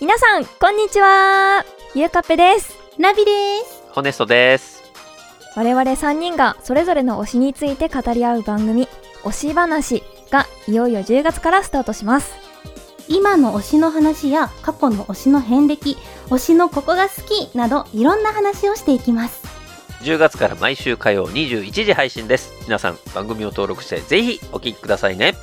皆さんこんにちはゆうかっぺですナビです。ホネストです。我々3人がそれぞれの推しについて語り合う番組推し話がいよいよ10月からスタートします今の推しの話や過去の推しの遍歴、推しのここが好きなどいろんな話をしていきます。 10月から毎週火曜21時配信です。皆さん、番組を登録してぜひお聴きくださいね。